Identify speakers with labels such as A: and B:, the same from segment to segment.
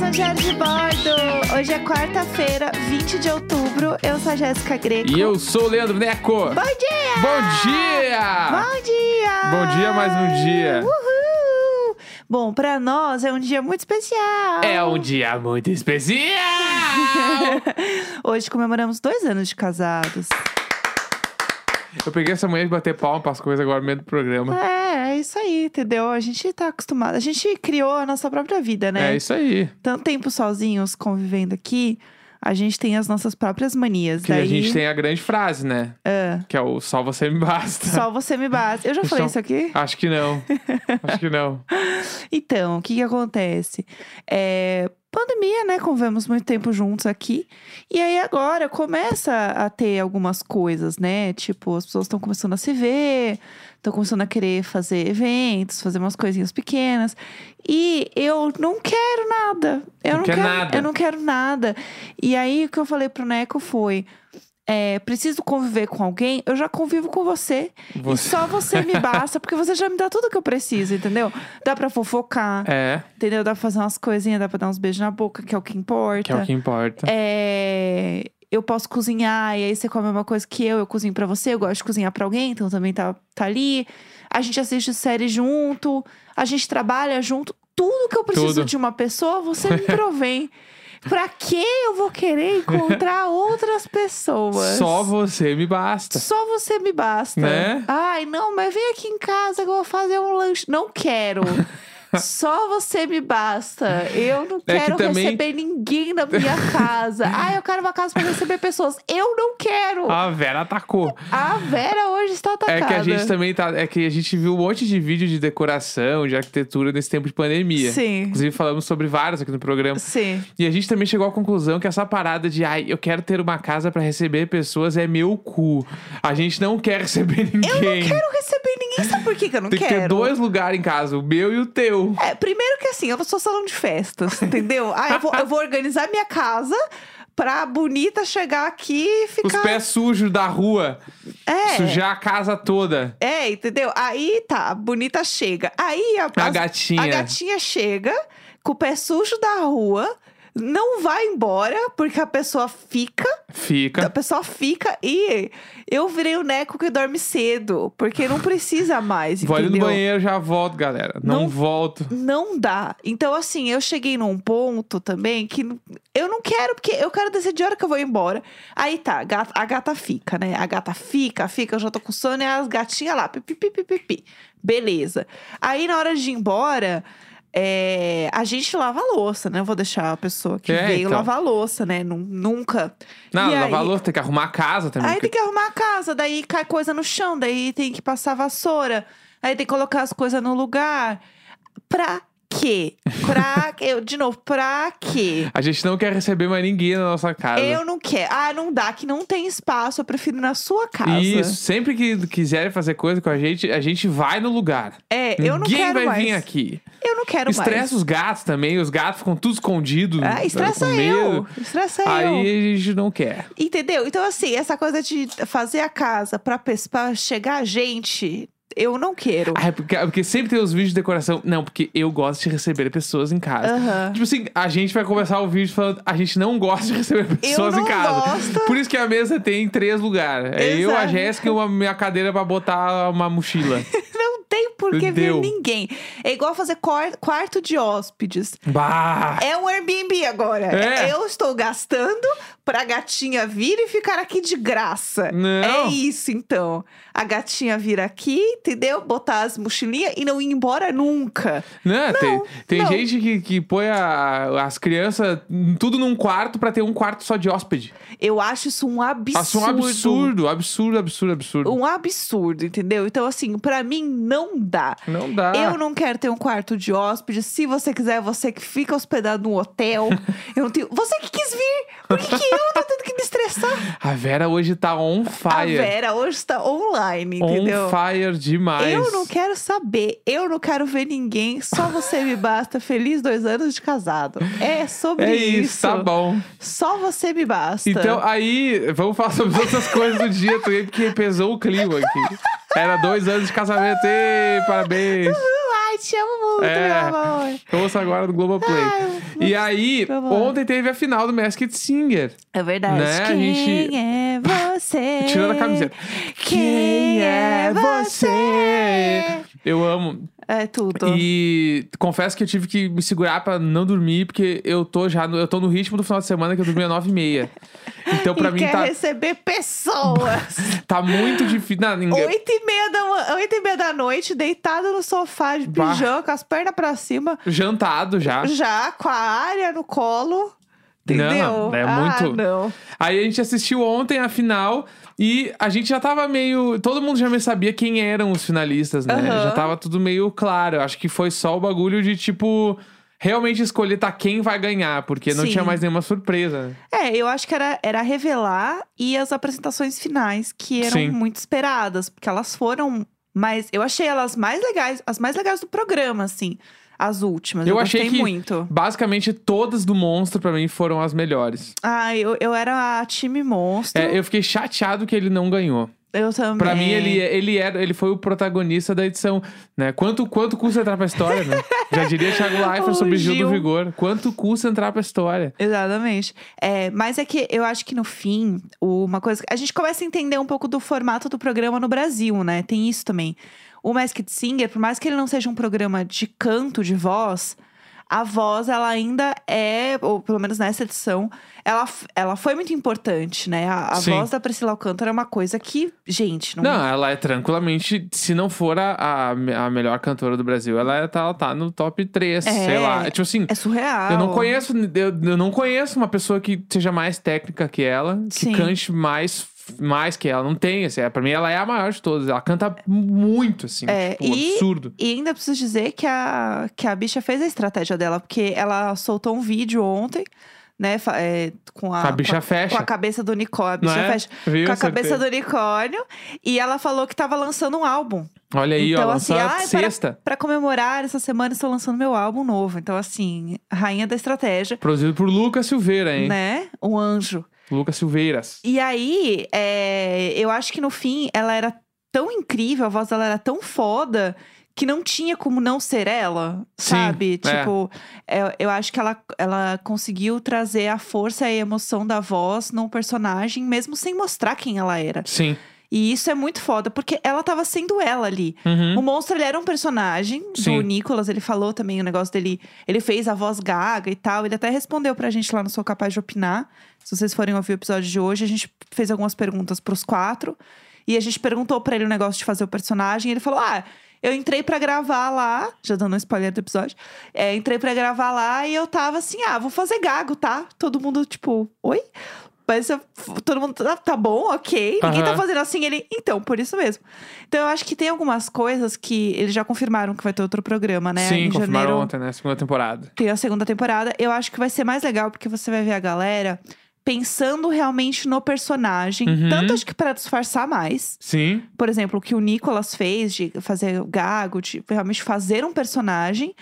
A: um é quarta-feira, 20 de outubro. Eu sou a Jéssica Greco.
B: E eu sou o Leandro Neco.
A: Bom dia!
B: Bom dia!
A: Bom dia!
B: Bom dia, mais um dia.
A: Uhul! Bom, pra nós é um dia muito especial.
B: É um dia muito especial!
A: Hoje comemoramos dois anos de casados.
B: eu peguei essa manhã de bater palma pras coisas agora no meio do programa.
A: É, é isso aí, entendeu? A gente tá acostumado. A gente criou a nossa própria vida, né?
B: É isso aí.
A: Tanto tempo sozinhos convivendo aqui, a gente tem as nossas próprias manias.
B: Que
A: Daí,
B: a gente tem a grande frase, né? Que é o só você me basta.
A: só você me basta. Eu já
B: Vocês
A: falei
B: são-
A: isso aqui?
B: Acho que não. Acho que não.
A: Então, o que que acontece? É, pandemia, né? Convivemos muito tempo juntos aqui. E aí agora começa a ter algumas coisas, né? Tipo, as pessoas estão começando a se ver, estão começando a querer fazer eventos, fazer umas coisinhas pequenas. E eu não quero nada. Eu
B: Não
A: não
B: quer
A: quero
B: nada.
A: Eu não quero nada. E aí o que eu falei pro Neco foi. é, preciso conviver com alguém, eu já convivo com você.
B: Você-
A: E só você me basta, porque você já me dá tudo que eu preciso, entendeu? Dá pra fofocar,
B: É,
A: entendeu? Dá pra fazer umas coisinhas, dá pra dar uns beijos na boca, que é o que importa.
B: que é o que importa.
A: É, Eu posso cozinhar, e aí você come uma coisa que eu, eu cozinho pra você, eu gosto de cozinhar pra alguém, então também tá, tá ali. A gente assiste série junto, a gente trabalha junto. Tudo que eu preciso
B: Tudo.
A: de uma pessoa, você me provém. pra que eu vou querer encontrar outras pessoas?
B: Só você me basta.
A: Só você me basta.
B: Né?
A: Ai, não, mas vem aqui em casa que eu vou fazer um lanche. Não quero. Só você me basta. Eu não
B: É que
A: quero
B: também-
A: receber ninguém na minha casa. Ai, eu quero uma casa pra receber pessoas. Eu não quero.
B: A Vera atacou.
A: A Vera hoje está atacada.
B: Ah. É que a gente também tá. É que a gente viu um monte de vídeo de decoração, de arquitetura nesse tempo de pandemia.
A: Sim,
B: Inclusive, falamos sobre vários aqui no programa.
A: sim.
B: E a gente também chegou à conclusão que essa parada de, ai, eu quero ter uma casa pra receber pessoas é meu cu. A gente não quer receber ninguém.
A: Eu não recebi ninguém. Sabe por que que eu não
B: Tem que
A: quero?
B: ter dois lugares em casa, o meu e o teu.
A: É, primeiro que assim, eu sou salão de festas, entendeu? Ah, eu vou, eu vou organizar minha casa pra bonita chegar aqui e
B: Os
A: ficar.
B: pés sujos da rua,
A: é.
B: sujar a casa toda.
A: É, entendeu? Aí tá, a bonita chega. Aí a,
B: A
A: as-
B: gatinha.
A: a gatinha chega com o pé sujo da rua, não vai embora, porque a pessoa fica, a
B: Fica.
A: pessoa fica e eu virei o neco que dorme cedo, porque não precisa mais,
B: Vou ali no
A: entendeu?
B: banheiro, já volto, galera. Não,
A: Não-
B: volto.
A: Não dá. Então, assim, eu cheguei num ponto também que n- eu não quero, porque eu quero decidir a hora que eu vou embora. Aí tá, a gata, a gata fica, né? A gata fica, fica, eu já tô com sono e as gatinhas lá, pipipipipi. Beleza. Aí na hora de ir embora. é, a gente lava a louça, né? Eu vou deixar a pessoa que
B: É,
A: veio
B: então.
A: lavar a louça, né? Nu- Nunca.
B: Não,
A: E
B: lavar
A: aí-
B: louça, tem que arrumar a casa também.
A: Aí
B: porque-
A: tem que arrumar a casa, daí cai coisa no chão, daí tem que passar vassoura, aí tem que colocar as coisas no lugar. Pra quê? Pra quê? Eu, de novo, pra quê?
B: A gente não quer receber mais ninguém na nossa casa.
A: Eu não quero. Ah, não dá, que não tem espaço, eu prefiro na sua casa.
B: Isso, sempre que quiserem fazer coisa com a gente, a gente vai no lugar.
A: É, eu não
B: Ninguém
A: quero
B: vai
A: mais.
B: vir aqui.
A: Eu não quero mais.
B: Estressa os gatos também, os gatos ficam tudo escondidos.
A: Ah, estressa
B: com
A: eu.
B: medo.
A: Estressa eu.
B: Aí a gente não quer.
A: Entendeu? Então, assim, essa coisa de fazer a casa pra, pes- pra chegar a gente, eu não quero.
B: Ah, é porque, é porque sempre tem os vídeos de decoração. Não, porque eu gosto de receber pessoas em casa.
A: Aham.
B: Tipo assim, a gente vai começar o vídeo falando, a gente não gosta de receber pessoas
A: não
B: em casa.
A: gosto.
B: Por isso que a mesa tem três lugares. É eu, a
A: Exato.
B: Jéssica e uma minha cadeira pra botar uma mochila.
A: Não tem por que vir
B: Deu.
A: ninguém. É igual fazer quar- quarto de hóspedes.
B: bah!
A: É um Airbnb agora.
B: É.
A: Eu estou gastando pra gatinha vir e ficar aqui de graça. É
B: Não.
A: isso, então. A gatinha vir aqui, entendeu? Botar as mochilinhas e não ir embora nunca.
B: Não, Né? tem, tem
A: não.
B: gente que, que põe a- as crianças tudo num quarto pra ter um quarto só de hóspede.
A: Eu acho isso um absurdo.
B: Passa um absurdo, absurdo, absurdo, absurdo.
A: Um absurdo, entendeu? Então, assim, pra mim não dá.
B: Não dá.
A: Eu não quero ter um quarto de hóspede. Se você quiser, você que fica hospedado num hotel. eu não tenho. Você que quis vir! Por que, que eu tô tendo que me estressar?
B: A Vera hoje tá on
A: A
B: fire.
A: Vera hoje está online,
B: on
A: entendeu?
B: fire demais.
A: Eu não quero saber, eu não quero ver ninguém, só você me basta. Feliz dois anos de casado. É sobre
B: É isso, tá bom.
A: Só você me basta.
B: Então, aí, vamos falar sobre outras coisas do dia também, porque pesou o clima aqui. Era dois anos de casamento, e parabéns.
A: Uhul, ai, Ai, te amo muito,
B: É.
A: meu amor.
B: Ouça agora no Globoplay.
A: Ai,
B: e aí,
A: por favor.
B: ontem teve a final do Masked Singer.
A: É verdade.
B: Né, a
A: Quem
B: gente-
A: é você?
B: Tirando a camiseta.
A: Quem é você?
B: Eu amo.
A: É tudo.
B: E confesso que eu tive que me segurar pra não dormir, porque eu tô já no, eu tô no ritmo do final de semana que eu dormi às 9 e meia. Então, pra
A: E
B: mim,
A: quer
B: tá,
A: receber pessoas.
B: tá muito difícil. Não, ninguém-
A: Oito e, meia da, ma- oito e meia da noite, deitado no sofá de
B: Bah.
A: pijama, com as pernas pra cima,
B: Jantado já.
A: já com a área no colo. Entendeu?
B: Não, é
A: Ah,
B: muito-
A: não.
B: Aí a gente assistiu ontem a final e a gente já tava meio. Todo mundo já me sabia quem eram os finalistas, né?
A: Aham.
B: Já tava tudo meio claro. Eu Acho que foi só o bagulho de tipo. Realmente escolher tá quem vai ganhar, porque não
A: Sim.
B: tinha mais nenhuma surpresa. né?
A: É, eu acho que era, era revelar e as apresentações finais, que eram
B: Sim.
A: muito esperadas, porque elas foram. Mas eu achei elas mais legais, as mais legais do programa, assim, as últimas.
B: Eu
A: Eu,
B: achei
A: gostei
B: que-
A: muito.
B: Basicamente, todas do Monstro, pra mim, foram as melhores.
A: Ah, eu, eu era a time monstro.
B: É, eu fiquei chateado que ele não ganhou.
A: eu também.
B: Pra mim, ele, ele, era, ele foi o protagonista da edição, né? Quanto, quanto custa entrar pra história, né? Já diria Thiago Leifert
A: O
B: sobre Gil do
A: Gil.
B: Vigor. Quanto custa entrar pra história?
A: Exatamente. É, mas é que eu acho que no fim, o- uma coisa. A gente começa a entender um pouco do formato do programa no Brasil, né? Tem isso também. O Masked Singer, por mais que ele não seja um programa de canto, de voz, a voz, ela ainda é, ou pelo menos nessa edição, ela, f- ela foi muito importante, né? A, a
B: Sim.
A: voz da Priscila Alcântara é uma coisa que, gente, não.
B: Não, ela é tranquilamente, se não for a, a, a melhor cantora do Brasil, ela, é- tá, ela tá no top 3,
A: É.
B: sei lá. Tipo assim,
A: É surreal.
B: eu não conheço, eu, eu não conheço uma pessoa que seja mais técnica que ela, que
A: Sim.
B: cante mais, mais que ela. Não tem, assim, é, pra mim ela é a maior de todas. Ela canta muito, assim,
A: É,
B: tipo, um
A: e-
B: absurdo.
A: E ainda preciso dizer que a, que a bicha fez a estratégia dela, porque ela soltou um vídeo ontem, né? fa- é, com a,
B: a bicha
A: com a, com
B: fecha.
A: a cabeça do unicórnio. A
B: Não
A: bicha
B: é?
A: fecha.
B: Viu,
A: com a
B: certeza.
A: cabeça do unicórnio. E ela falou que tava lançando um álbum.
B: Olha aí, ó,
A: Então, assim,
B: lançou
A: ai,
B: a
A: para-
B: sexta,
A: Pra comemorar, essa semana estou lançando meu álbum novo. Então, assim, rainha da estratégia,
B: produzido por Lucas Silveira, hein?
A: né? Um anjo.
B: Lucas Silveiras.
A: E aí, é, eu acho que no fim ela era tão incrível, a voz dela era tão foda que não tinha como não ser ela,
B: Sim,
A: sabe?
B: é.
A: Tipo, é, eu acho que ela, ela conseguiu trazer a força e a emoção da voz num personagem, mesmo sem mostrar quem ela era.
B: Sim.
A: E isso é muito foda, porque ela tava sendo ela ali.
B: Uhum.
A: O monstro, ele era um personagem
B: Sim.
A: do Nicolas, ele falou também o negócio dele. Ele fez a voz gaga e tal. Ele até respondeu pra gente lá no Sou Capaz de Opinar. Se vocês forem ouvir o episódio de hoje, a gente fez algumas perguntas pros quatro. E a gente perguntou pra ele o negócio de fazer o personagem. E ele falou: Ah, eu entrei pra gravar lá. Já dando um spoiler do episódio. É, entrei pra gravar lá e eu tava assim: Ah, vou fazer gago, tá? Todo mundo, tipo, oi? Mas eu- todo mundo, tá, tá bom, ok. Ninguém tá
B: Aham.
A: fazendo assim, ele. Então, por isso mesmo. Então eu acho que tem algumas coisas que eles já confirmaram que vai ter outro programa, né?
B: Sim,
A: em
B: confirmaram
A: janeiro
B: ontem, né? Segunda temporada.
A: tem a segunda temporada. Eu acho que vai ser mais legal porque você vai ver a galera pensando realmente no personagem,
B: Uhum.
A: tanto acho que pra disfarçar mais.
B: Sim.
A: Por exemplo, o que o Nicolas fez de fazer o gago, de realmente fazer um personagem,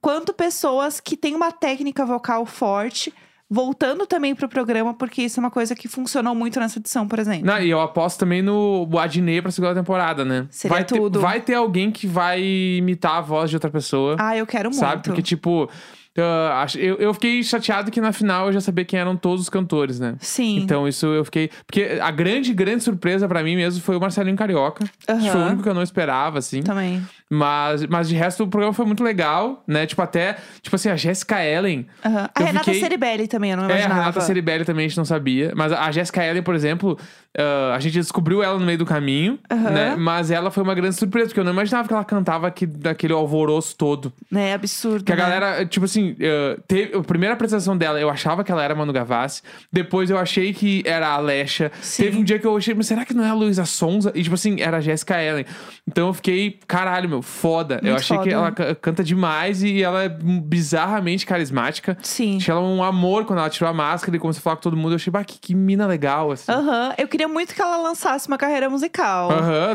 A: quanto pessoas que têm uma técnica vocal forte, voltando também pro programa, porque isso é uma coisa que funcionou muito nessa edição, por exemplo.
B: Não, e eu aposto também no Adnei pra segunda temporada, né?
A: Seria
B: vai ter,
A: tudo.
B: Vai ter alguém que vai imitar a voz de outra pessoa,
A: Ah, eu quero muito.
B: sabe? Porque, tipo, ah, ach- eu, eu fiquei chateado que na final eu já sabia quem eram todos os cantores, né?
A: Sim.
B: Então, isso eu fiquei. Porque a grande, grande surpresa pra mim mesmo foi o Marcelinho Carioca. Acho que Foi
A: Aham.
B: o
A: Tá.
B: único que eu não esperava, assim.
A: Também.
B: Mas, mas de resto, o programa foi muito legal, né? Tipo, até. Tipo assim, a Jéssica Ellen.
A: Aham. A
B: Eu
A: Renata
B: fiquei-
A: Ceribelli também, eu não tá.
B: É, a
A: imaginava.
B: Renata Ceribelli também a gente não sabia. Mas a Jessica Ellen, por exemplo, ah, a gente descobriu ela no meio do caminho,
A: Aham.
B: né? Mas ela foi uma grande surpresa, porque eu não imaginava que ela cantava aqui, daquele alvoroço todo.
A: Né, absurdo.
B: Que a
A: né?
B: galera, tipo assim, ah, teve, a primeira apresentação dela, eu achava que ela era Manu Gavassi. Depois eu achei que era a Alexa.
A: Sim.
B: Teve um dia que eu achei, mas será que não é a Luísa Sonza? E tipo assim, era a Jessica Ellen. Então eu fiquei, caralho, meu, foda. eu
A: Muito
B: achei que
A: foda.
B: ela ca- canta demais e ela é bizarramente carismática.
A: Sim.
B: Achei ela um amor quando ela tirou a máscara e começou a falar com todo mundo. Eu achei, bah, que, que mina legal, assim. Aham,
A: Aham, eu queria muito que ela lançasse uma carreira musical.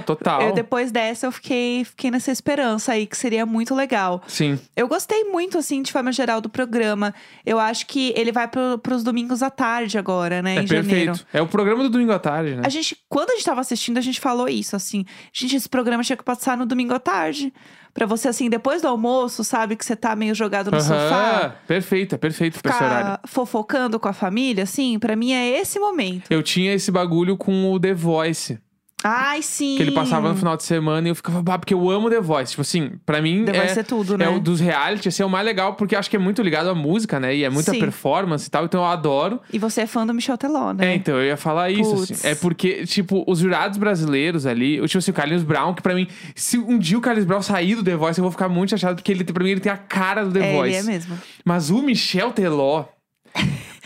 B: total.
A: Eu, depois dessa, eu fiquei, fiquei nessa esperança aí, que seria muito legal.
B: Sim.
A: Eu gostei muito, assim, de forma geral, do programa. Eu acho que ele vai pro, pros domingos à tarde agora, né?
B: É
A: em
B: perfeito.
A: janeiro.
B: É o programa do domingo à tarde, né?
A: A gente, quando a gente tava assistindo, a gente falou isso, assim. Gente, esse programa tinha que passar no domingo à tarde. Pra você, assim, depois do almoço, sabe? Que você tá meio jogado no
B: Aham,
A: sofá.
B: Perfeito, é perfeito pra esse horário.
A: Ficar fofocando com a família, assim, pra mim é esse momento.
B: Eu tinha esse bagulho com o The Voice.
A: Ai, sim.
B: Que ele passava no final de semana e eu ficava, bah, porque eu amo The Voice. Tipo assim, pra mim.
A: Vai
B: é,
A: ser tudo,
B: é
A: né?
B: o dos reality, assim, é o mais legal, porque acho que é muito ligado à música, né? E é muita
A: Sim.
B: performance e tal, então eu adoro.
A: E você é fã do Michel Teló,
B: É,
A: né?
B: então, eu ia falar isso,
A: Putz.
B: assim. É porque, tipo, os jurados brasileiros ali, eu, tipo assim, o Carlinhos Brown, que pra mim, se um dia o Carlinhos Brown sair do The Voice, eu vou ficar muito chateado, porque ele, pra mim, ele tem a cara do The
A: É,
B: Voice.
A: ele é mesmo.
B: Mas o Michel Teló.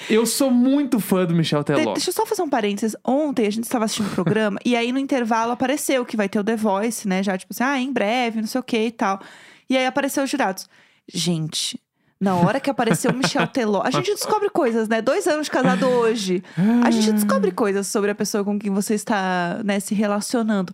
B: eu sou muito fã do Michel
A: De-
B: Teló. É
A: deixa eu só fazer um parênteses. Ontem a gente estava assistindo o programa e aí no intervalo apareceu que vai ter o The Voice, né? Já tipo assim, ah, em breve, não sei o que e tal. E aí apareceu os jurados. Gente, na hora que apareceu o Michel Teló, a gente descobre coisas, né? Dois anos de casado hoje. A gente descobre coisas sobre a pessoa com quem você está né, se relacionando.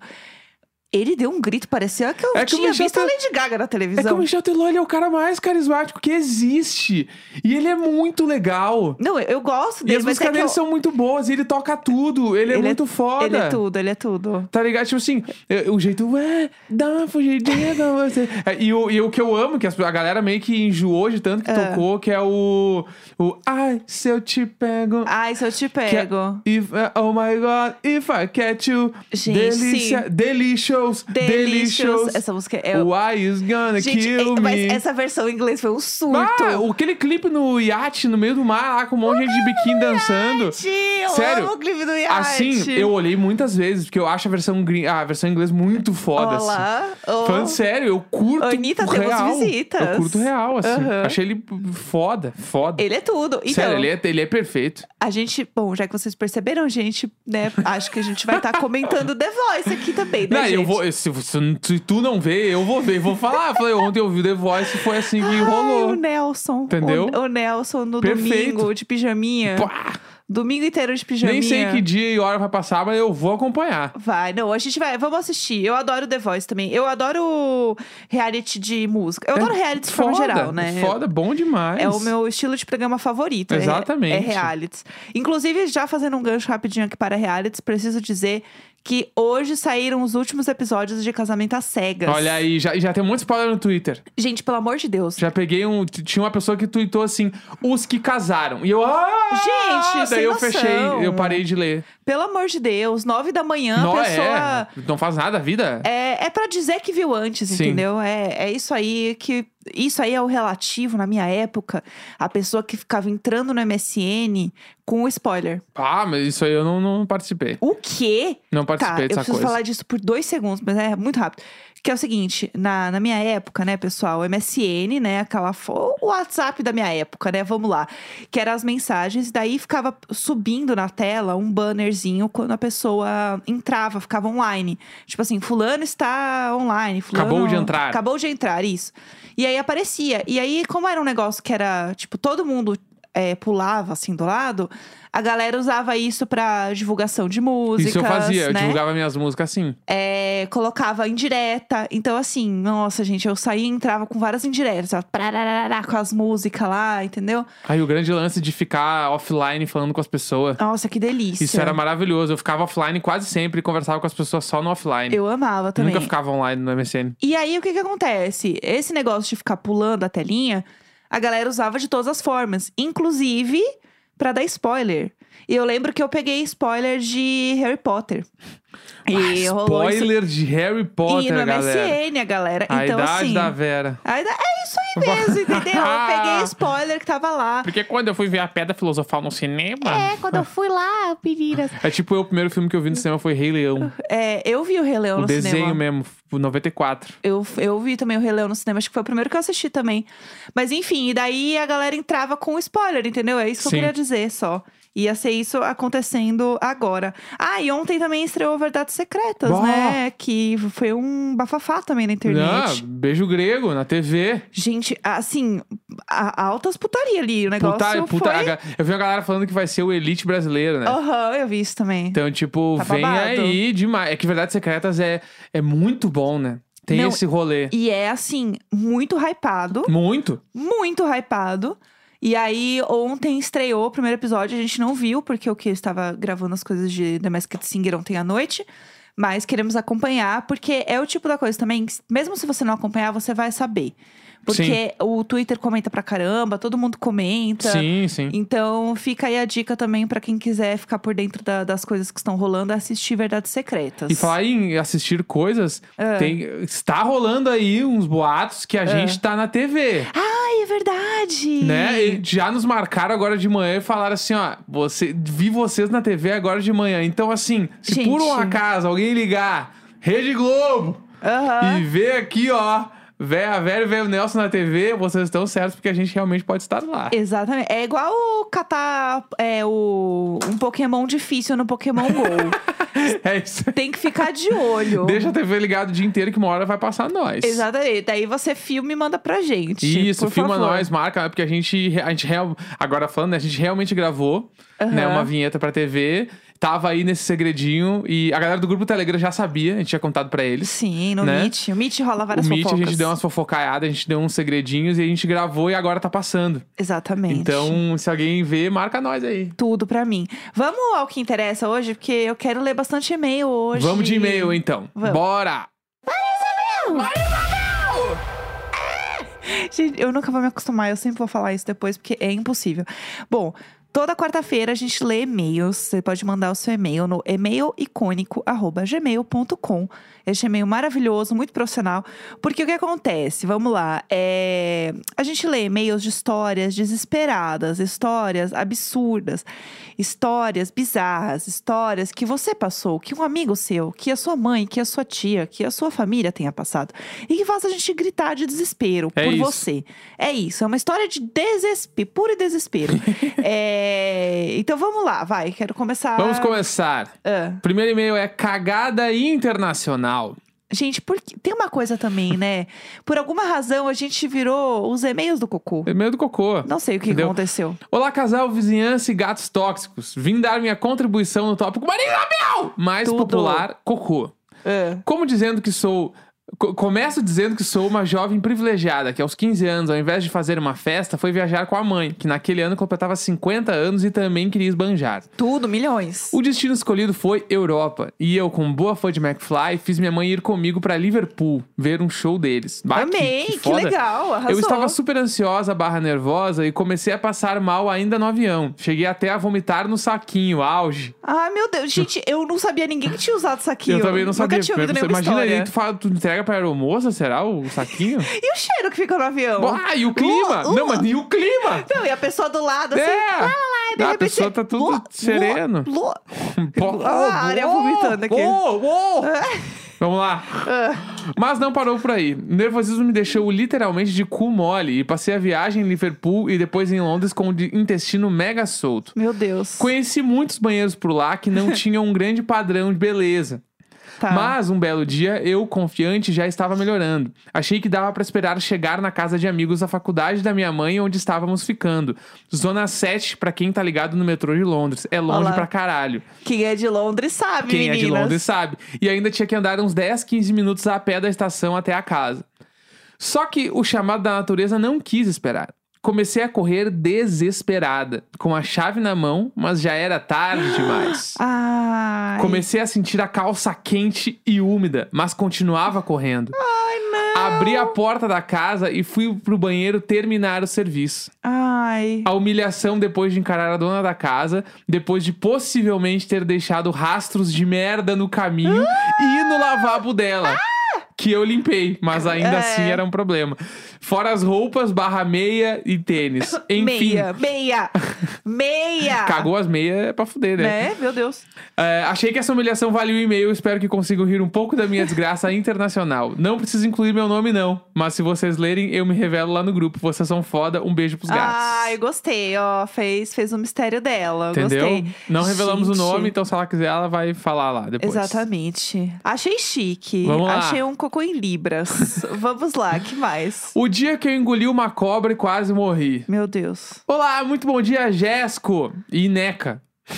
A: Ele deu um grito, parecia que eu
B: É que o
A: tinha
B: Michel
A: visto a
B: Teló-
A: Lady Gaga na
B: É que o
A: televisão.
B: Michel Teló ele é o cara mais carismático que existe. E ele é muito legal.
A: Não, eu, eu gosto
B: E
A: dele,
B: as
A: mas é
B: músicas
A: que
B: dele
A: eu-
B: são muito boas, e ele toca tudo. Ele, é
A: Ele é-
B: muito foda.
A: ele é tudo, ele é tudo.
B: Tá ligado? Tipo assim, eu- o jeito é, dá uma fugidinha com você. É, E o, e o que eu amo, que as- a galera meio que enjoou de tanto que tocou, que é o. o Ai, se eu te pego.
A: Ai, se eu te
B: que é-
A: Ah, pego.
B: if- oh my god, if I catch you.
A: Gente,
B: delícia,
A: sim.
B: delicious, delicious.
A: Delicious. Essa música é.
B: Why is gonna
A: Gente, é-
B: kill
A: mas
B: me?
A: essa versão em inglês foi um surto.
B: Ah, o- aquele clipe no iate, no meio do mar, lá com um monte de gente de biquíni dançando.
A: Gente, eu
B: Sério?
A: amo o clipe do Yacht.
B: Assim, eu olhei muitas vezes, porque eu acho a versão, gring... a versão inglesa muito foda, assim.
A: Olá. Oh.
B: Falando sério, eu curto
A: Anitta, temos
B: real.
A: visitas.
B: Eu curto real, assim.
A: Aham.
B: Achei ele foda, foda.
A: Ele é tudo. Então,
B: sério, ele é, ele é perfeito.
A: a gente... Bom, já que vocês perceberam, gente, né? Acho que a gente vai estar comentando The Voice aqui também, né,
B: Não, eu
A: gente?
B: vou, se, se- se tu não vê, eu vou ver, vou falar. Falei, ontem eu vi The Voice, foi assim que
A: Ai, o
B: rolou.
A: Nelson.
B: Entendeu?
A: O, o Nelson no
B: Perfeito.
A: domingo, de pijaminha.
B: Pá!
A: Domingo inteiro de pijaminha.
B: Nem sei que dia e hora vai passar, mas eu vou acompanhar.
A: Vai, não, a gente vai, vamos assistir. Eu adoro The Voice também. Eu adoro reality de música. Eu adoro reality de forma
B: É Foda, é
A: geral, né?
B: Foda, bom demais.
A: É o meu estilo de programa favorito. é-
B: Exatamente.
A: É, realities. Inclusive, já fazendo um gancho rapidinho aqui para realities, preciso dizer que hoje saíram os últimos episódios de Casamento às Cegas.
B: Olha aí, já, já tem um monte de spoiler no Twitter.
A: Gente, pelo amor de Deus.
B: Já peguei um. t- Tinha uma pessoa que tweetou assim: os que casaram. E eu. Ah!
A: Gente, sem
B: Daí eu
A: noção.
B: fechei, eu parei de ler.
A: Pelo amor de Deus, nove da manhã,
B: não
A: a pessoa.
B: é. Não faz nada a vida.
A: É, é para dizer que viu antes,
B: Sim.
A: entendeu? É, é isso aí que. Isso aí é o relativo na minha época. A pessoa que ficava entrando no MSN com o spoiler.
B: Ah, mas isso aí eu não, não participei.
A: O quê?
B: Não
A: Tá,
B: participei
A: eu
B: dessa
A: preciso
B: coisa.
A: falar disso por dois segundos, mas é muito rápido. Que é o seguinte, na, na minha época, né, pessoal, o MSN, né, aquela fo- o WhatsApp da minha época, né, vamos lá, que eram as mensagens, e daí ficava subindo na tela um bannerzinho quando a pessoa entrava, ficava online. Tipo assim, fulano está online, fulano...
B: Acabou de entrar.
A: Acabou de entrar, isso. E aí aparecia. E aí, como era um negócio que era, tipo, todo mundo é, pulava assim do lado, a galera usava isso pra divulgação de músicas.
B: isso eu fazia, eu
A: né?
B: divulgava minhas músicas assim.
A: É, colocava indireta. Então, assim, nossa, gente, eu saía e entrava com várias indiretas, ó, prararará, com as músicas lá, entendeu?
B: Aí o grande lance de ficar offline falando com as pessoas.
A: Nossa, que delícia.
B: Isso era maravilhoso. Eu ficava offline quase sempre e conversava com as pessoas só no offline.
A: Eu amava também.
B: Nunca ficava online no MSN.
A: E aí, o que que acontece? Esse negócio de ficar pulando a telinha, a galera usava de todas as formas. Inclusive, pra dar spoiler. E eu lembro que eu peguei spoiler de Harry Potter.
B: Ah,
A: E rolou isso-
B: spoiler de Harry Potter,
A: E no
B: galera.
A: MSN, a galera.
B: A
A: então,
B: idade
A: assim...
B: da Ah! Vera.
A: a ida- É isso aí mesmo, entendeu? Eu peguei spoiler que tava lá.
B: Porque quando eu fui ver a Pedra Filosofal no cinema.
C: É, quando eu fui lá, meninas.
B: É, tipo, eu, o primeiro filme que eu vi no cinema foi Rei Leão.
A: É, eu vi o Rei Leão
B: o
A: Hum. no
B: desenho
A: cinema.
B: mesmo, o 94.
A: Eu, eu vi também o Rei Leão no cinema, acho que foi o primeiro que eu assisti também. Mas enfim, e daí a galera entrava com spoiler, entendeu? É isso que
B: Sim.
A: eu queria dizer só. Ia ser isso acontecendo agora. Ah, e ontem também estreou Verdades Secretas,
B: Bah!
A: né? Que foi um bafafá também na internet.
B: Ah, beijo grego na TV.
A: Gente, assim, a, altas putaria ali. O negócio
B: Puta, puta, a
A: foi...
B: ga- eu vi uma galera falando que vai ser o Elite brasileiro, né?
A: Aham, eu vi isso também.
B: Então, tipo,
A: Tá
B: vem
A: babado.
B: aí demais. É que Verdades Secretas é, é muito bom, né? Tem
A: Não,
B: esse rolê.
A: E é, assim, muito hypado.
B: Muito.
A: muito hypado. E aí, ontem estreou o primeiro episódio, a gente não viu, porque o que eu estava gravando as coisas de The Masked Singer ontem à noite. Mas queremos acompanhar, porque é o tipo da coisa também, que mesmo se você não acompanhar, você vai saber. Porque o Twitter comenta pra caramba, todo mundo comenta.
B: Sim, sim.
A: Então fica aí a dica também pra quem quiser ficar por dentro da- das coisas que estão rolando, é assistir Verdades Secretas.
B: E falar em assistir coisas,
A: Ah.
B: tem- está rolando aí uns boatos que a gente tá na TV.
A: Ai, é verdade!
B: Né? E já nos marcaram agora de manhã e falaram assim: ó, você, vi vocês na TV agora de manhã. Então, assim, se
A: Gente.
B: por um acaso alguém ligar Rede Globo
A: Aham.
B: e ver aqui, ó, véia velha e velho Nelson na TV, vocês estão certos porque a gente realmente pode estar lá.
A: Exatamente. É igual o catar é, o, um Pokémon difícil no Pokémon GO.
B: É isso.
A: Tem que ficar de olho.
B: Deixa a TV ligada o dia inteiro que uma hora vai passar nós.
A: Exatamente. Daí você filma e manda pra gente.
B: Isso,
A: por
B: filma
A: favor.
B: nós, marca, porque a gente, a gente real- agora falando, né, a gente realmente gravou né, uma vinheta pra TV, tava aí nesse segredinho e a galera do grupo Telegram já sabia, a gente tinha contado pra eles.
A: Sim, no
B: né?
A: Meet. O Meet rola várias
B: o Meet
A: fofocas.
B: a gente deu umas fofocaiadas, a gente deu uns segredinhos e a gente gravou e agora tá passando.
A: Exatamente.
B: Então, se alguém vê, marca nós aí.
A: Tudo pra mim. Vamos ao que interessa hoje, porque eu quero ler bastante e-mail hoje.
B: Vamos de e-mail então.
A: Vamos.
B: Bora!
A: Gente, eu nunca vou me acostumar, eu sempre vou falar isso depois, porque é impossível. Bom, toda quarta-feira a gente lê e-mails. Você pode mandar o seu e-mail no e-mailicônico.gmail.com. Esse e-mail maravilhoso, muito profissional. Porque o que acontece? Vamos lá. é, A gente lê e-mails de histórias desesperadas, histórias absurdas, histórias bizarras, histórias que você passou, que um amigo seu, que a sua mãe, que a sua tia, que a sua família tenha passado. E que faça a gente gritar de desespero
B: É
A: por
B: isso.
A: você. É isso, é uma história de desespero, puro desespero. É, Então vamos lá, vai, quero começar.
B: Vamos começar.
A: Ah,
B: Primeiro e-mail é cagada internacional.
A: gente, porque... tem uma coisa também, né? Por alguma razão a gente virou os e-mails do cocô.
B: E-mail É do cocô.
A: Não sei o que
B: Entendeu?
A: aconteceu.
B: Olá, casal, vizinhança e gatos tóxicos. Vim dar minha contribuição no tópico Maria Isabel! Mais
A: Tudo.
B: popular, cocô.
A: Ah,
B: Como dizendo que sou. co- Começo dizendo que sou uma jovem privilegiada, que aos 15 anos, ao invés de fazer uma festa, foi viajar com a mãe, que naquele ano completava 50 anos e também queria esbanjar.
A: tudo, milhões.
B: O destino escolhido foi Europa, e eu, como boa fã de McFly, fiz minha mãe ir comigo pra Liverpool ver um show deles. Bah,
A: Amei,
B: que,
A: que,
B: foda.
A: legal, arrasou.
B: Eu estava super ansiosa, barra nervosa, e comecei a passar mal ainda no avião. Cheguei até a vomitar no saquinho, auge.
A: Ai, meu Deus, gente, eu não sabia ninguém que tinha usado isso aqui.
B: eu também não sabia.
A: Nunca tinha ouvido nenhuma
B: Imagina
A: história.
B: aí, tu, fala, tu entrega pra aeromoça, será, o saquinho?
A: E o cheiro que fica no avião?
B: ah, e o clima?
A: Uh, uh.
B: Não, mas e o clima?
A: Não, e a pessoa do lado, assim,
B: É.
A: e de
B: Ah, a
A: repente
B: pessoa
A: você-
B: tá tudo
A: Lua,
B: sereno.
A: lua, lua.
B: Pô,
A: Ah, a área vomitando aqui. É. Ah.
B: oh, oh. Vamos lá. Mas não parou por aí. O nervosismo me deixou literalmente de cu mole e passei a viagem em Liverpool e depois em Londres com o de- intestino mega solto.
A: Meu Deus.
B: Conheci muitos banheiros por lá que não tinham um grande padrão de beleza.
A: Tá.
B: Mas um belo dia, eu, confiante, já estava melhorando. Achei que dava pra esperar chegar na casa de amigos da faculdade da minha mãe, onde estávamos ficando. Zona 7, pra quem tá ligado no metrô de Londres. É longe
A: Olá.
B: pra caralho.
A: Quem é de Londres sabe,
B: Quem
A: meninas.
B: é de Londres sabe. E ainda tinha que andar uns 10, 15 minutos a pé da estação até a casa. Só que o chamado da natureza não quis esperar. Comecei a correr desesperada, com a chave na mão, mas já era tarde demais.
A: Ai,
B: Comecei a sentir a calça quente e úmida, mas continuava correndo.
A: ai, não.
B: Abri a porta da casa e fui pro banheiro terminar o serviço.
A: Ai.
B: A humilhação depois de encarar a dona da casa, depois de possivelmente ter deixado rastros de merda no caminho e no lavabo dela. Que eu limpei, mas ainda
A: É.
B: assim era um problema. Fora as roupas, barra meia e tênis. Enfim,
A: Meia, meia, meia.
B: cagou as meias é pra fuder,
A: Né? Meu Deus.
B: é, achei que essa humilhação valia o e-mail. Espero que consigam rir um pouco da minha desgraça internacional. Não preciso incluir meu nome, não. Mas se vocês lerem, eu me revelo lá no grupo. Vocês são foda. Um beijo pros gatos.
A: Ai, gostei, ó. Fez, fez o mistério dela.
B: Entendeu?
A: Gostei.
B: Não revelamos
A: Gente,
B: o nome, então se ela quiser, ela vai falar lá depois.
A: Exatamente. Achei chique.
B: Vamos lá.
A: Achei um cocô em libras. Vamos lá, que mais?
B: O dia que eu engoli uma cobra e quase morri.
A: Meu Deus.
B: Olá, muito bom dia, Jéssico e Neca.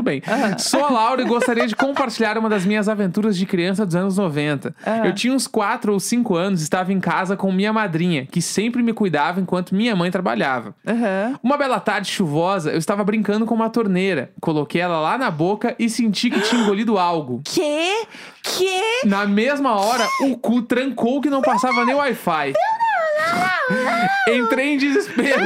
B: bem. Sou a Laura e gostaria de compartilhar uma das minhas aventuras de criança dos anos 90.
A: Ah.
B: Eu tinha uns 4 ou 5 anos e estava em casa com minha madrinha, que sempre me cuidava enquanto minha mãe trabalhava.
A: Aham.
B: Uma bela tarde chuvosa, eu estava brincando com uma torneira. Coloquei ela lá na boca e senti que tinha engolido algo.
A: Que? Que?
B: Na mesma hora, o cu trancou que não passava nem Wi-Fi. Entrei em desespero.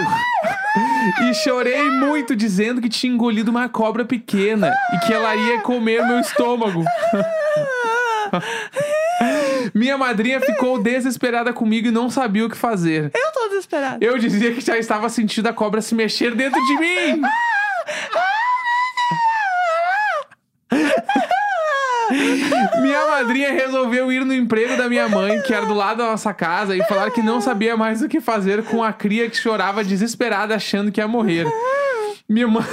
B: E chorei muito dizendo que tinha engolido uma cobra pequena e que ela ia comer meu estômago. Minha madrinha ficou desesperada comigo e não sabia o que fazer.
A: Eu tô desesperada.
B: Eu dizia que já estava sentindo a cobra se mexer dentro de mim. Minha madrinha resolveu ir no emprego da minha mãe, que era do lado da nossa casa, e falar que não sabia mais o que fazer com a cria que chorava desesperada achando que ia morrer. Minha mãe.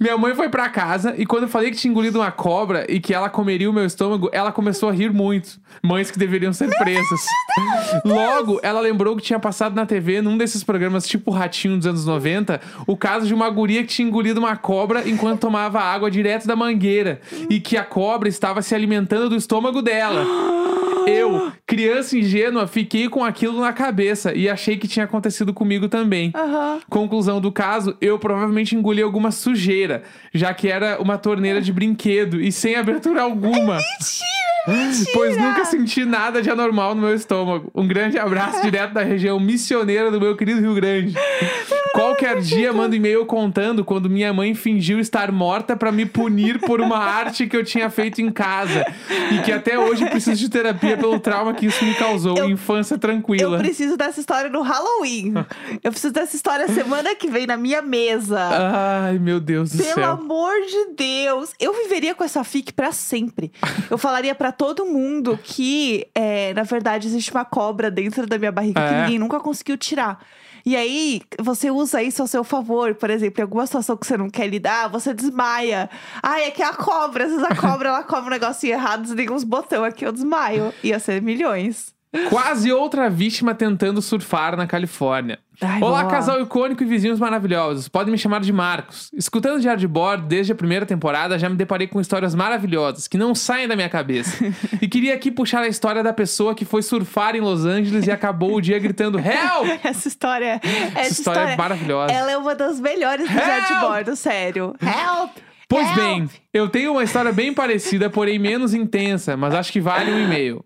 B: Minha mãe foi pra casa e quando eu falei que tinha engolido uma cobra e que ela comeria o meu estômago, ela começou a rir muito. Mães que deveriam ser presas. Logo, ela lembrou que tinha passado na TV, num desses programas tipo Ratinho dos anos 90, o caso de uma guria que tinha engolido uma cobra enquanto tomava água direto da mangueira e que a cobra estava se alimentando do estômago dela. Eu, criança ingênua, fiquei com aquilo na cabeça e achei que tinha acontecido comigo também.
A: Aham.
B: Conclusão do caso, eu provavelmente engoli alguma sujeira, já que era uma torneira de brinquedo e sem abertura alguma.
A: Mentira, É mentira.
B: Pois nunca senti nada de anormal no meu estômago. Um grande abraço direto da região missioneira do meu querido Rio Grande. Qualquer dia mando e-mail contando quando minha mãe fingiu estar morta pra me punir por uma arte que eu tinha feito em casa e que até hoje preciso de terapia pelo trauma que isso me causou.
A: Eu-
B: Infância
A: Eu
B: tranquila.
A: preciso dessa história no Halloween. Eu preciso dessa história semana que vem na minha mesa.
B: Ai, meu Deus Ah, do
A: Pelo
B: céu.
A: amor de Deus, eu viveria com essa fic pra sempre. Eu falaria pra todo mundo que, é, na verdade, existe uma cobra dentro da minha barriga que
B: É.
A: ninguém nunca conseguiu tirar. E aí, você usa isso ao seu favor. Por exemplo, em alguma situação que você não quer lidar, você desmaia. Ai, é que é a cobra. Às vezes a cobra, ela come um negocinho errado, desliga uns botões aqui, eu desmaio. Ia ser milhões.
B: Quase outra vítima tentando surfar na Califórnia.
A: Ai,
B: Olá,
A: vamos lá.
B: casal icônico e vizinhos maravilhosos. Podem me chamar de Marcos. Escutando Diário de Bordo desde a primeira temporada, já me deparei com histórias maravilhosas que não saem da minha cabeça. e queria aqui puxar a história da pessoa que foi surfar em Los Angeles e acabou o dia gritando Help!
A: Essa história, essa,
B: Essa história é maravilhosa.
A: Ela é uma das melhores do
B: Help!
A: Jardim Bordo, sério. Help!
B: Pois
A: Help!
B: bem, eu tenho uma história bem parecida, porém menos intensa, mas acho que vale um e-mail.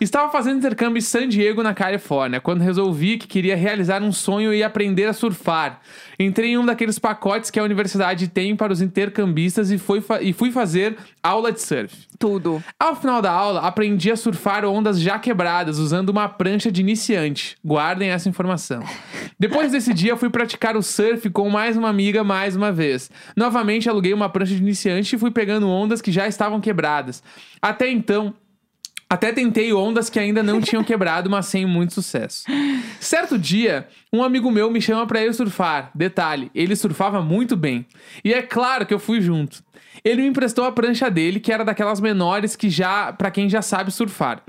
B: Estava fazendo intercâmbio em San Diego, na Califórnia, quando resolvi que queria realizar um sonho e aprender a surfar. Entrei em um daqueles pacotes que a universidade tem para os intercambistas e, foi fa- e fui fazer aula de surf.
A: Tudo.
B: Ao final da aula, aprendi a surfar ondas já quebradas usando uma prancha de iniciante. Guardem essa informação. Depois desse dia, fui praticar o surf com mais uma amiga mais uma vez. Novamente, aluguei uma prancha de iniciante e fui pegando ondas que já estavam quebradas. Até então, até tentei ondas que ainda não tinham quebrado, mas sem muito sucesso. Certo dia, um amigo meu me chama pra ir surfar. Detalhe, ele surfava muito bem. E é claro que eu fui junto. Ele me emprestou a prancha dele, que era daquelas menores que já, pra quem já sabe surfar.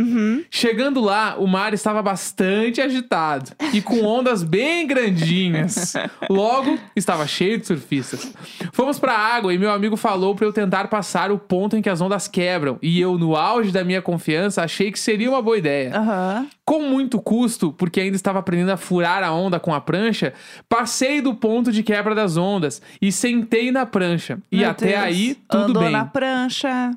B: Chegando lá, o mar estava bastante agitado e com ondas bem grandinhas. Logo, estava cheio de surfistas. Fomos pra água e meu amigo falou pra eu tentar passar o ponto em que as ondas quebram, e eu no auge da minha confiança achei que seria uma boa ideia.
A: Aham.
B: Com muito custo, porque ainda estava aprendendo a furar a onda com a prancha, passei do ponto de quebra das ondas e sentei na prancha. E
A: Meu
B: até
A: Deus.
B: aí, tudo
A: Andou
B: bem.
A: na prancha.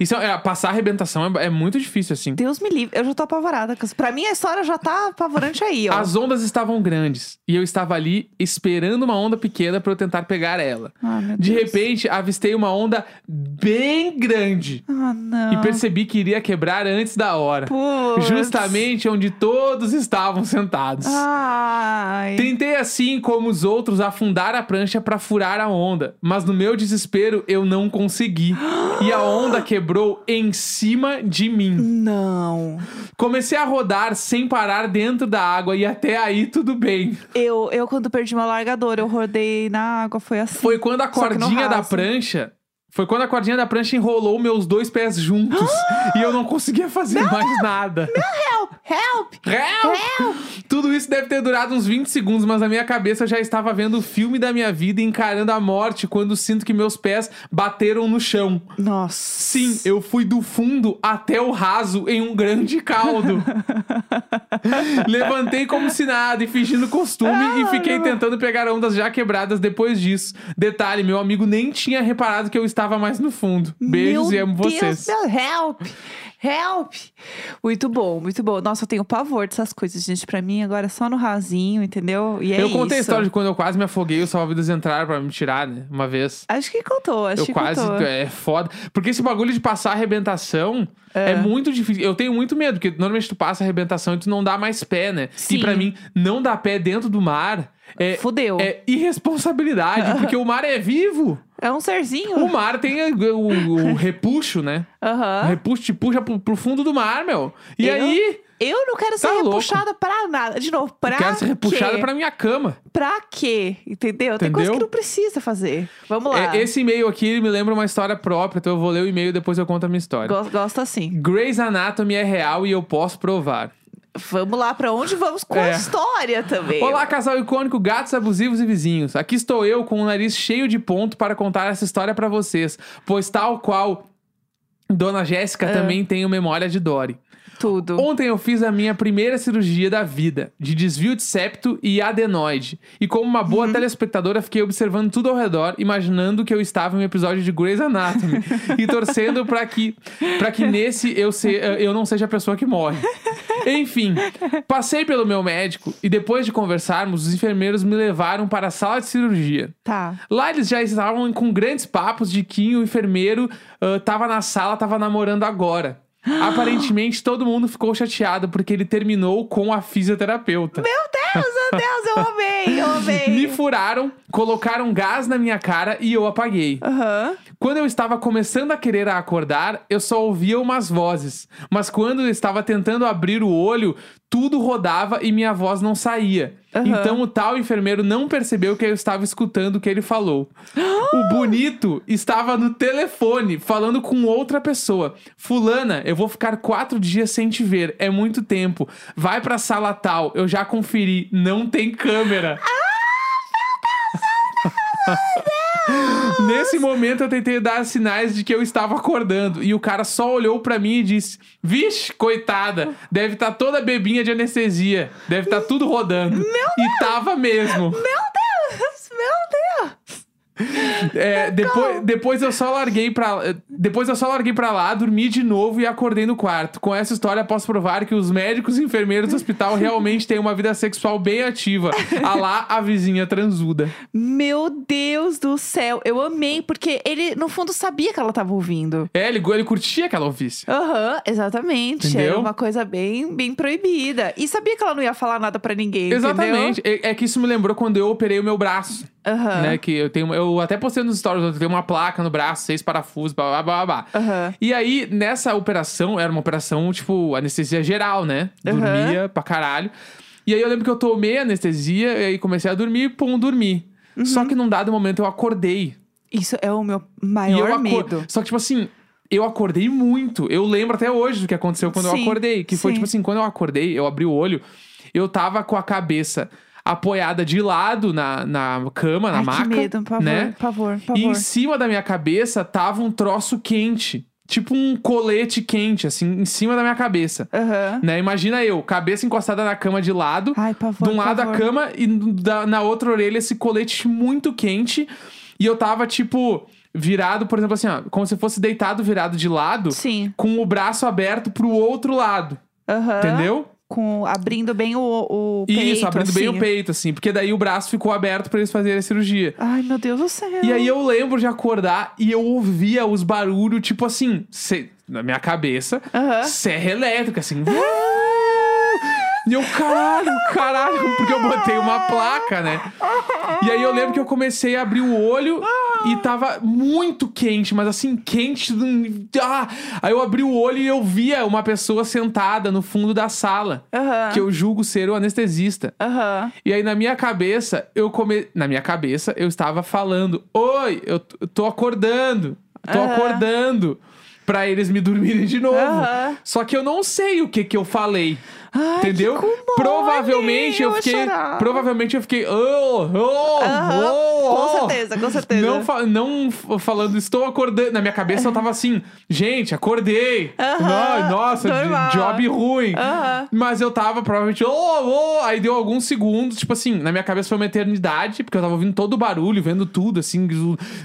B: Isso é, é, passar a arrebentação é, é muito difícil, assim.
A: Deus me livre. Eu já tô apavorada. com isso. Pra mim, a história já tá apavorante aí, ó.
B: As ondas estavam grandes e eu estava ali esperando uma onda pequena para eu tentar pegar ela.
A: Ah, meu
B: De
A: Deus.
B: repente, avistei uma onda bem grande
A: Ah, não.
B: e percebi que iria quebrar antes da hora,
A: Putz. Ah,
B: justamente onde todos estavam sentados.
A: Ai.
B: Tentei assim como os outros afundar a prancha pra furar a onda, mas no meu desespero eu não consegui e a onda quebrou em cima de mim.
A: Não.
B: Comecei a rodar sem parar dentro da água e até aí tudo bem.
A: Eu, eu, quando perdi meu largador, eu rodei na água, foi assim.
B: Foi quando a
A: Só que no
B: cordinha da
A: raso.
B: prancha Foi quando a cordinha da prancha enrolou meus dois pés juntos e eu não conseguia fazer mais nada.
A: Help, help!
B: Help! Tudo isso deve ter durado uns 20 segundos, mas na minha cabeça eu já estava vendo o filme da minha vida e encarando a morte quando sinto que meus pés bateram no chão.
A: Nossa.
B: Sim, eu fui do fundo até o raso em um grande caldo. Levantei como se nada e fingindo costume
A: Ah,
B: e fiquei tentando pegar ondas já quebradas depois disso. Detalhe, meu amigo nem tinha reparado que eu estava mais no fundo. Beijos
A: Meu
B: e amo
A: Deus
B: vocês.
A: do céu, help! Help! Muito bom, muito bom. Nossa, eu tenho pavor dessas coisas, gente. Pra mim, agora é só no rasinho, entendeu? E é
B: eu contei a
A: isso.
B: história de quando eu quase me afoguei, os salva-vidas entraram pra me tirar, né? Uma vez.
A: Acho que contou, acho
B: Eu
A: que
B: quase.
A: contou.
B: É foda. Porque esse bagulho de passar arrebentação é. muito difícil. Eu tenho muito medo, porque normalmente tu passa arrebentação e tu não dá mais pé, né?
A: Sim.
B: E pra mim, não dar pé dentro do mar é,
A: Fudeu. É,
B: é irresponsabilidade, porque o mar é vivo.
A: um serzinho.
B: O mar tem eh, o, o repuxo, né?
A: Aham.
B: O repuxo te puxa pro, pro fundo do mar, meu. E
A: Eu
B: aí,
A: Eu não quero ser
B: Tá louco.
A: repuxada pra nada. De novo, pra
B: eu quero ser repuxado
A: quê?
B: pra minha cama.
A: Pra quê? Entendeu? Tem
B: Entendeu?
A: coisa que não precisa fazer. Vamos lá.
B: É, esse e-mail aqui ele me lembra uma história própria, então eu vou ler o e-mail e depois eu conto a minha história.
A: Go- Gosto assim.
B: Grey's Anatomy é real e eu posso provar.
A: Vamos lá pra onde vamos com a
B: É.
A: história também.
B: Olá, casal icônico, gatos abusivos e vizinhos. Aqui estou eu com o nariz cheio de ponto para contar essa história pra vocês, pois tal qual Dona Jéssica também tenho memória de Dory.
A: Tudo.
B: Ontem eu fiz a minha primeira cirurgia da vida, de desvio de septo e adenoide. E como uma boa telespectadora, fiquei observando tudo ao redor, imaginando que eu estava em um episódio de Grey's Anatomy e torcendo pra que para que nesse eu se, eh, eu não seja a pessoa que morre. Enfim, passei pelo meu médico e depois de conversarmos, os enfermeiros me levaram para a sala de cirurgia.
A: Tá.
B: Lá eles já estavam com grandes papos de que o enfermeiro ah, tava na sala, tava namorando agora. Aparentemente, todo mundo ficou chateado porque ele terminou com a fisioterapeuta.
A: Meu Deus, meu Deus, eu amei, eu
B: Me
A: amei.
B: furaram, colocaram gás na minha cara e eu apaguei.
A: Aham.
B: Quando eu estava começando a querer acordar, eu só ouvia umas vozes. Mas quando eu estava tentando abrir o olho, tudo rodava e minha voz não saía. Então o tal enfermeiro não percebeu que eu estava escutando o que ele falou. O bonito estava no telefone falando com outra pessoa. Fulana, eu vou ficar quatro dias sem te ver. É muito tempo. Vai pra sala tal. Eu já conferi. Não tem câmera. Nesse momento eu tentei dar sinais de que eu estava acordando e o cara só olhou pra mim e disse: "Vixe, coitada, deve estar toda bebinha de anestesia, deve estar tudo rodando". E tava mesmo.
A: Meu Deus, meu Deus.
B: É, depois, depois eu só larguei pra. Depois eu só larguei pra lá, dormi de novo e acordei no quarto. Com essa história, posso provar que os médicos e enfermeiros do hospital realmente têm uma vida sexual bem ativa. A lá, a vizinha transuda.
A: Meu Deus do céu, eu amei, porque ele, no fundo, sabia que ela tava ouvindo.
B: É, ele, ele curtia aquela ofícia.
A: Aham, exatamente. Era
B: Entendeu?
A: uma coisa bem, bem proibida. E sabia que ela não ia falar nada pra ninguém,
B: Exatamente. É, é que isso me lembrou quando eu operei o meu braço.
A: entendeu? Aham,
B: né? Que eu tenho. Eu até postei nos stories, eu tenho uma placa no braço, seis parafusos, blá blá blá blá. blá.
A: Aham.
B: E aí, nessa operação, era uma operação, tipo, anestesia geral, né?
A: Aham.
B: Dormia pra caralho. E aí eu lembro que eu tomei anestesia, e aí comecei a dormir, pum, dormi.
A: Uhum.
B: Só que num dado momento eu acordei.
A: Isso é o meu
B: e eu
A: maior
B: acor-
A: medo.
B: Só que, tipo assim, eu acordei muito. Eu lembro até hoje do que aconteceu quando
A: Sim,
B: eu acordei. Que foi,
A: sim.
B: tipo assim, quando eu acordei, eu abri o olho, eu tava com a cabeça apoiada de lado na, na cama, na
A: Ai,
B: maca.
A: que medo, por favor,
B: né?
A: por favor, por
B: E em
A: favor.
B: cima da minha cabeça tava um troço quente. Tipo um colete quente, assim, em cima da minha cabeça.
A: Aham.
B: Né? Imagina eu, cabeça encostada na cama de lado.
A: Ai, pavor,
B: de um lado
A: pavor.
B: a cama e da- na outra orelha esse colete muito quente. E eu tava, tipo, virado, por exemplo, assim, ó, como se fosse deitado virado de lado,
A: Sim,
B: com o braço aberto pro outro lado.
A: aham.
B: Entendeu?
A: Com, abrindo bem o, o peito,
B: Isso, abrindo bem
A: assim.
B: o peito, assim. Porque daí o braço ficou aberto pra eles fazerem a cirurgia.
A: Ai, meu Deus do céu.
B: E aí eu lembro de acordar e eu ouvia os barulhos, tipo assim, se- na minha cabeça,
A: Aham.
B: serra elétrica, assim. E eu, caralho, caralho, porque eu botei uma placa, né? E aí eu lembro que eu comecei a abrir o olho e tava muito quente, mas assim, quente. hum, Ah! Aí eu abri o olho e eu via uma pessoa sentada no fundo da sala,
A: Aham.
B: que eu julgo ser o anestesista.
A: Aham.
B: E aí na minha cabeça, eu come... na minha cabeça eu estava falando: "Oi, eu t- eu tô acordando". Tô
A: Aham.
B: acordando pra eles me dormirem de novo.
A: Aham.
B: Só que eu não sei o que que eu falei.
A: Ai, que
B: entendeu?
A: cu mole,
B: provavelmente eu
A: vou
B: fiquei,
A: chorar.
B: provavelmente eu fiquei, oh, oh,
A: Aham,
B: oh,
A: com
B: oh."
A: certeza, com certeza.
B: Não, fa- não f- falando, estou acordando. Na minha cabeça eu tava assim, gente, acordei.
A: Aham,
B: No- Nossa, de-
A: normal.
B: job ruim.
A: Aham.
B: Mas eu tava provavelmente, oh, oh, aí deu alguns segundos, tipo assim, na minha cabeça foi uma eternidade, porque eu tava ouvindo todo o barulho, vendo tudo, assim,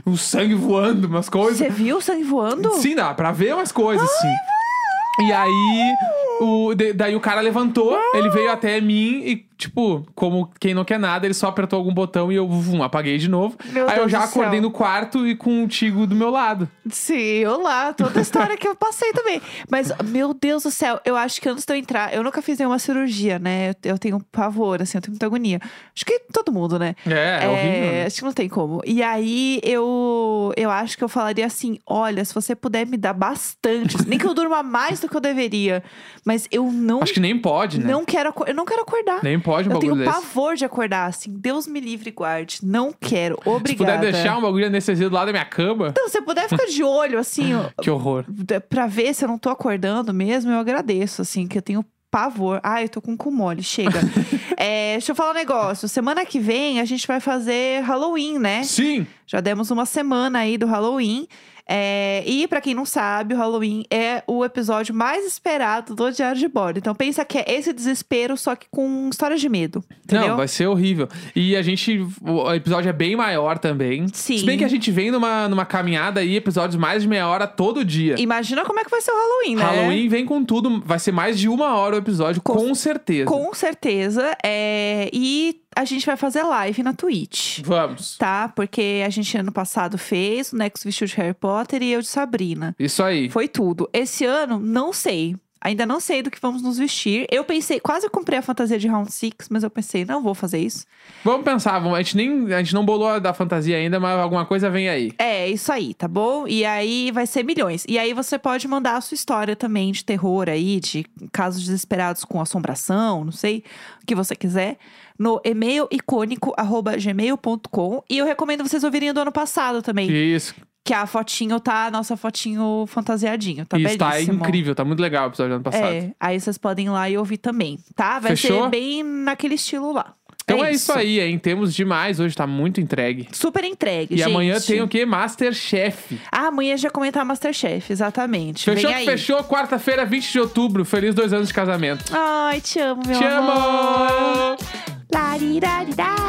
B: o, o sangue voando, umas coisas.
A: Você viu o sangue voando?
B: Sim, dá pra ver umas coisas, sim. E aí, o, de- daí o cara levantou, ele veio até mim e, tipo, como quem não quer nada, ele só apertou algum botão e eu vum, apaguei de novo.
A: Meu
B: aí eu
A: Deus
B: já
A: do céu.
B: acordei no quarto e com o Tigo do meu lado.
A: Sim, eu lá, toda a história que eu passei também. Mas, meu Deus do céu, eu acho que antes de eu entrar, eu nunca fiz nenhuma cirurgia, né? Eu, eu tenho pavor, assim, eu tenho muita agonia. Acho que todo mundo, né?
B: É, é, horrível. né?
A: acho que não tem como. E aí eu, eu acho que eu falaria assim: olha, se você puder me dar bastante, assim, nem que eu durma mais do que eu deveria, mas eu não,
B: Acho que nem pode, né?
A: não quero acor- eu não quero acordar.
B: Nem pode um
A: eu
B: bagulho
A: tenho
B: desse.
A: pavor de acordar assim. Deus me livre e guarde. Não quero.
B: Se puder
A: Obrigada.
B: deixar um bagulho de anestesia do lado da minha cama,
A: Então, se você puder ficar de olho, assim, ó,
B: que horror.
A: pra ver se eu não tô acordando mesmo, eu agradeço, assim, que eu tenho pavor. Ah, eu tô com cu mole, chega. É, deixa eu falar um negócio. Semana que vem a gente vai fazer Halloween, né?
B: Sim!
A: Já demos uma semana aí do Halloween. É, e pra quem não sabe, o Halloween é o episódio mais esperado do Diário de Bordo. Então pensa que é esse desespero, só que com histórias de medo. Entendeu?
B: Não, vai ser horrível. E a gente. O episódio é bem maior também.
A: Sim.
B: Se bem que a gente vem numa, numa caminhada aí, episódios mais de meia hora todo dia.
A: Imagina como é que vai ser o Halloween, né?
B: Halloween vem com tudo. Vai ser mais de uma hora o episódio, com,
A: Com-
B: certeza.
A: Com certeza. é, e a gente vai fazer live na Twitch.
B: Vamos.
A: Tá? Porque a gente ano passado fez, o Nexo vestiu de Harry Potter e eu de Sabrina.
B: Isso aí.
A: Foi tudo. Esse ano, não sei. Ainda não sei do que vamos nos vestir. Eu pensei, quase eu comprei a fantasia de Round Six, mas eu pensei, não vou fazer isso.
B: Vamos pensar. vamos- A gente, nem, a gente não bolou a da fantasia ainda, mas alguma coisa vem aí.
A: É, isso aí, tá bom? E aí vai ser milhões. E aí você pode mandar a sua história também de terror aí, de casos desesperados com assombração, não sei, o que você quiser, no e-mail icônico@gmail.com. E eu recomendo vocês ouvirem o do ano passado também,
B: Isso.
A: que a fotinho tá, a nossa fotinho fantasiadinho, tá
B: e
A: belíssimo.
B: está incrível. Tá muito legal o episódio do ano passado.
A: É, aí vocês podem ir lá e ouvir também, tá? Vai
B: Fechou?
A: ser bem naquele estilo lá.
B: Então é, isso. aí, hein? Temos demais. Hoje tá muito entregue.
A: Super entregue,
B: E
A: gente.
B: amanhã tem o quê? Masterchef.
A: Ah, amanhã já comentar Masterchef, exatamente.
B: Fechou
A: Vem
B: que
A: aí.
B: fechou. Quarta-feira, 20 de outubro. Feliz dois anos de casamento.
A: Ai, te amo, meu
B: Te
A: amor.
B: amo!
C: Laridaridá.